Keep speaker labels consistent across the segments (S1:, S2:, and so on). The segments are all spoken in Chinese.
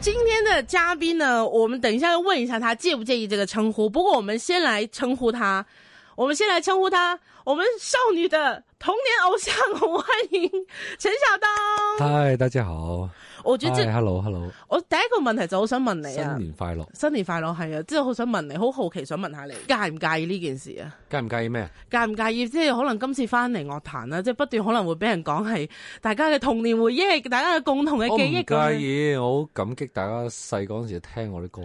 S1: 今天的嘉宾呢？我们等一下要问一下他介不介意这个称呼。不过我们先来称呼他，我们先来称呼他，我们少女的童年偶像，我们欢迎陈小当。
S2: 嗨，大家好。
S1: 我覺得即
S2: 嗨，hello，hello，
S1: 我哦第一個問題就好想問你啊
S2: 新，年快樂。
S1: 新年快樂係啊，即係好想問你，好好奇想問下你，介唔介意呢件事啊？
S2: 介唔介意咩？
S1: 介唔介意？即係可能今次翻嚟樂壇啊啦，即係不斷可能會俾人講係大家嘅童年回憶，大家嘅共同嘅
S2: 我唔
S1: 記憶咁樣
S2: 介意，我好感激大家細個嗰陣時聽我啲歌。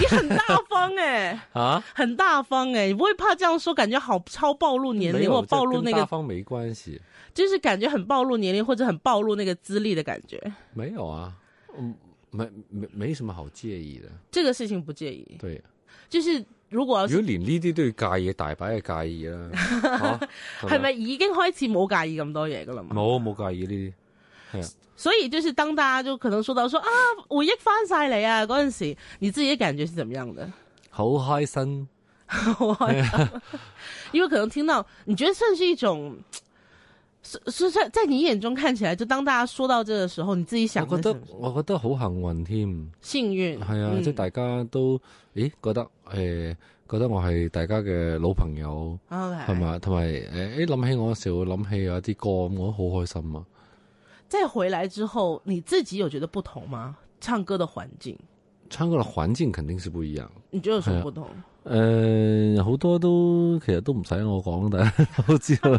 S1: 你很大方哎、
S2: 啊，
S1: 很大方哎、你不会怕这样说，感觉好超暴露年
S2: 没
S1: 龄或
S2: 有
S1: 暴露那
S2: 这跟大
S1: 个，
S2: 方没关系。
S1: 就是感觉很暴露年龄或者很暴露那个资历的感觉。
S2: 没有啊，嗯，没没没什么好介意的。
S1: 这个事情不介意，
S2: 對，
S1: 就是如果要
S2: 如果連呢啲都要介意，大把嘢介意 啦。嚇
S1: 系咪？已经开始冇介意咁多嘢噶啦嘛？
S2: 冇冇介意呢啲，係啊。
S1: 所以就是当大家就可能说到说啊回忆翻晒嚟啊嗰阵时，你自己的感觉是怎么样的？
S2: 好開心，
S1: 我好像因为可能听到，你觉得算是一种，是是在在你眼中看起来，就当大家说到这的时候，你自己想
S2: 我
S1: 的
S2: 覺
S1: 是什
S2: 得
S1: 么，
S2: 我覺得好幸運添。
S1: 幸运嗯
S2: 係啊，即係大家都咦覺得誒覺得我係大家嘅老朋友。
S1: ，OK，
S2: 係嘛？同埋誒，誒諗起我嗰時會諗起有一啲歌，咁我都好開心啊！
S1: 再回来之后，你自己有觉得不同吗？唱歌的环境，
S2: 唱歌嘅環境肯定是不一樣。
S1: 你觉得有什么不
S2: 哎
S1: 同？
S2: 誒、好多都其實都唔使 我講，但係都知道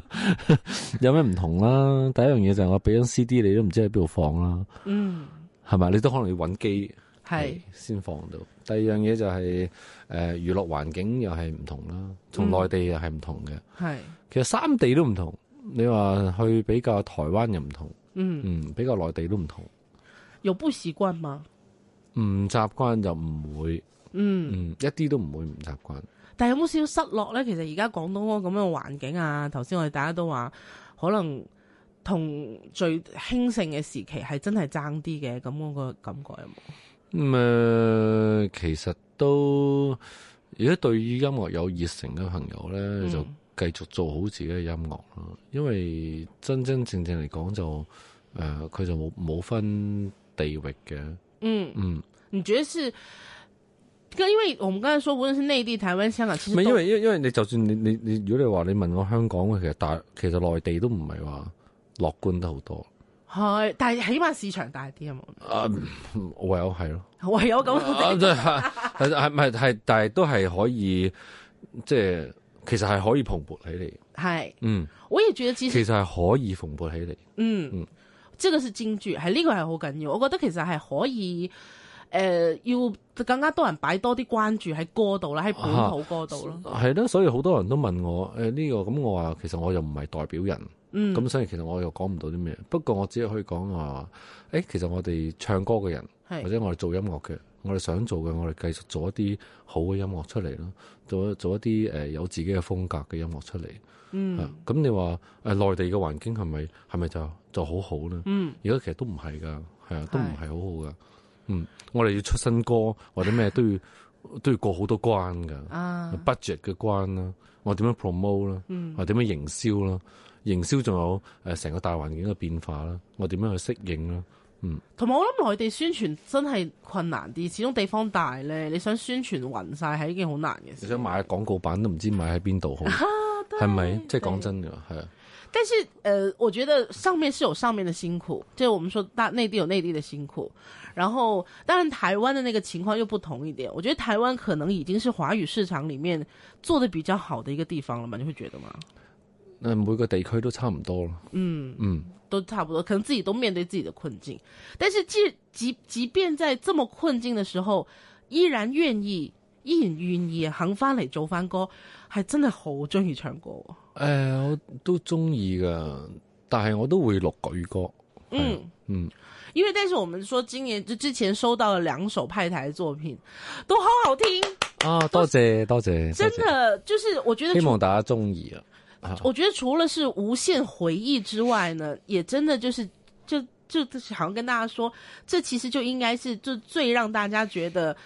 S2: 有咩唔同啦。第一樣嘢就係我俾張 CD 你都唔知喺邊度放啦，
S1: 嗯，
S2: 係咪？你都可能要揾機
S1: 系
S2: 先放到。第二樣嘢就係、誒、娛樂環境又係唔同啦，同內地又係唔同嘅。
S1: 系，
S2: 其實三地都唔同，你話去比較台灣又唔同，
S1: 嗯，
S2: 嗯，比較內地都唔同。
S1: 有不习惯吗？
S2: 唔習慣就唔會，
S1: 嗯，
S2: 嗯，一啲都唔會唔習慣。
S1: 但有冇少少失落呢？其實而家廣東嗰個咁樣嘅環境啊，頭先我哋大家都話，可能同最興盛嘅時期係真係爭啲嘅，咁嗰個感覺有冇？
S2: 咁、呃其實都如果對於音樂有熱誠嘅朋友咧，
S1: 嗯
S2: 就繼續做好自己嘅音樂啦。因為真真正正嚟講就誒，呃佢、就冇冇分地域嘅，
S1: 嗯，
S2: 嗯，
S1: 你覺得是？跟因為我們剛才說，無論是內地、台灣、香港，其
S2: 唔
S1: 實
S2: 係
S1: 都
S2: 因為因為因為你就算你你你，如果你話你問我香港嘅，其實大其實內地都唔係話樂觀得好多。
S1: 係，但係起碼市場大啲啊嘛，
S2: 啊、唯有係咯。
S1: 唯有咁。
S2: 啊，即係係係係係，但係都係可以，即係其實係可以蓬勃起嚟嘅。
S1: 係，
S2: 嗯，
S1: 我也覺得其實
S2: 其實係可以蓬勃起嚟。
S1: 嗯
S2: 嗯，
S1: 即係是京劇，係呢個係好緊要。我覺得其實係可以，诶、要更加多人擺多啲關注喺歌度啦，喺本土歌度咯。
S2: 係咯，所以好多人都問我誒呢、個咁，我話其實我又唔係代表人，咁、
S1: 嗯，
S2: 所以其實我又講唔到啲咩。不過我只可以講話，誒、其實我哋唱歌嘅人，或
S1: 係
S2: 者我哋做音樂嘅，我哋想做嘅，我哋繼續做一啲好嘅音樂出嚟咯，做做一啲誒、呃有自己嘅風格嘅音樂出嚟。啊
S1: 嗯
S2: 咁、你話誒、內地嘅環境係咪係咪就就好好咧？
S1: 嗯，
S2: 而家其實都唔係㗎，係啊，都唔
S1: 係
S2: 係好好㗎。嗯，我哋要出新歌或者咩都要都要過好多關㗎、
S1: 啊，嗯
S2: b u d g e t 嘅關啦，我點樣 promote 啦，我點樣營銷啦，營銷仲有誒成、個大環境嘅變化啦，我點樣去適應啦，
S1: 同埋我諗內地宣傳真係困難啲，始終地方大咧，你想宣傳暈晒係一件好難嘅
S2: 你
S1: 事。
S2: 想買廣告版都唔知買喺邊度 好，
S1: 啊
S2: 係咪？即係講真㗎，係啊，
S1: 但是呃，我觉得上面是有上面的辛苦，就是我们说大内地有内地的辛苦，然后当然台湾的那个情况又不同一点。我觉得台湾可能已经是华语市场里面做的比较好的一个地方了嘛，你会觉得吗？
S2: 誒每個地區都差唔多啦。
S1: 嗯，
S2: 嗯，
S1: 都差不多，可能自己都面对自己的困境，但是即即即便在这么困境的时候，依然愿意。依然願意肯翻嚟做翻歌，係真係好中意唱歌喎。
S2: 誒、我都中意㗎，但係我都會錄粵語歌。嗯
S1: 嗯，
S2: 嗯，
S1: 因为但是我们说今年就之前收到了两首派台作品，都好好听，
S2: 啊，多謝多謝，
S1: 哦真啊
S2: 多謝
S1: 的就是我觉得
S2: 希
S1: 除
S2: 望大家中意啊。啊
S1: 我觉得除了是无限回忆之外呢，也真的就是就就就是好像跟大家说，这其实就应该是就最让大家觉得。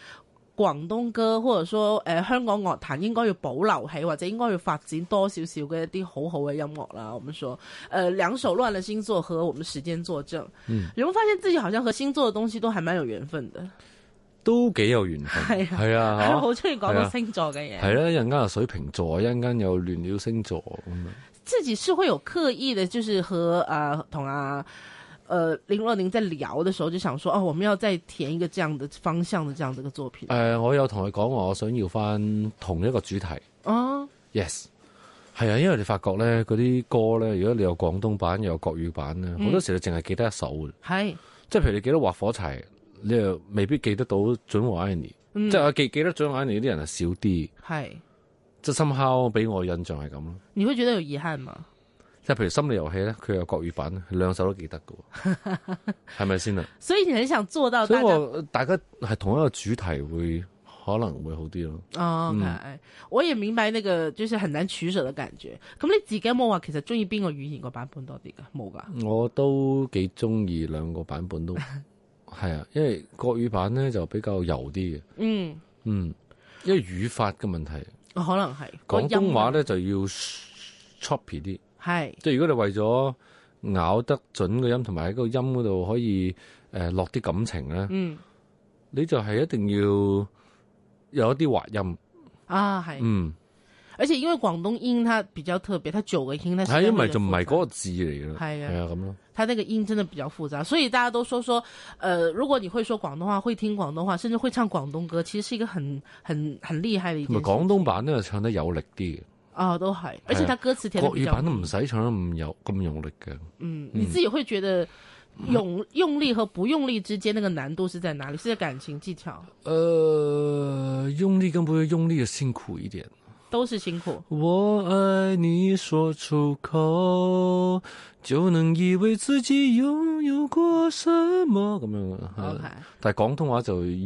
S1: 廣東歌或者說誒、呃香港樂壇應該要保留起，或者應該要發展多少少嘅一啲好好嘅音樂啦。我們說，誒、呃、兩首亂了星座和我們時間作證，嗯，你會發現自己好像和星座的東西都還蠻有緣分 的。
S2: 都幾有緣分，
S1: 係啊
S2: 係啊，嚇
S1: 我好中意講
S2: 係
S1: 到
S2: 啊
S1: 星座嘅嘢。
S2: 係啦，一陣間又水瓶座，一陣間又亂了星座咁樣。
S1: 自己是会有刻意的，就是和呃同啊呃林若宁在聊的时候，就想说哦，我们要再填一个这样的方向的这样的一个作品
S2: 誒、我有同佢講話，我想要翻同一個主題
S1: 啊，
S2: ，yes，係啊，因為你發覺咧嗰啲歌咧，如果你有廣東版又有國語版咧，好、多時你淨係記得一首嘅，
S1: 系
S2: 即係譬如你記得劃火柴，你又未必記得到準和 Annie，、即係我記記得準和 Annie 啲人係少啲，
S1: 系，
S2: 即係深烤俾我印象係咁咯。
S1: 你会觉得有遗憾吗？
S2: 即係譬如心理遊戲咧，佢有國語版，兩首都記得嘅喎， 係咪先啊？
S1: 所以你很想做到
S2: 所
S1: 大
S2: 以
S1: 家
S2: 我大家哦係同一個主題會可能會好啲咯。
S1: 哦，OK，、我
S2: 嗯
S1: 也明白那个就是很难取舍的感觉。咁你自己有冇话其实中意边个语言个版本多啲噶？冇噶，
S2: 我都幾中意兩個版本都 係啊，因為國語版咧就比較柔啲嘅，
S1: 嗯，
S2: 嗯，因為語法嘅問題，
S1: 可能系
S2: 廣東
S1: 哦
S2: 話咧就要 choppy 啲，
S1: 系
S2: 即係如果你為咗咬得準個音，同埋喺個音嗰度可以誒、呃落啲感情咧，
S1: 嗯
S2: 你就係一定要有一啲滑音，
S1: 啊系，
S2: 嗯，
S1: 而且因为广东音它比较特别，它九个音，它
S2: 係因為哎就唔
S1: 嗰
S2: 係嗰個字嚟嘅，
S1: 係啊
S2: 係啊咁咯。
S1: 它那个音真的比较复杂，所以大家都说说，呃，如果你会说广东话，会听广东话，甚至会唱广东歌，其实是一个很很很厉害的一
S2: 同
S1: 件
S2: 埋
S1: 事
S2: 廣東版咧唱得有力啲
S1: 啊、都系，而且它歌词
S2: 嘅，
S1: 填的
S2: 國
S1: 比
S2: 語
S1: 较
S2: 版哦都唔使唱得咁有咁用力嘅。
S1: 嗯，你自己会觉得用用力和不用力之间那个难度是在哪里？是在感情技巧，
S2: 呃，用力跟不用力的辛苦一点。
S1: 都是辛苦。
S2: 我爱你说出口，就能以为自己拥有过什么咁样。啊
S1: OK
S2: 但系广东话就用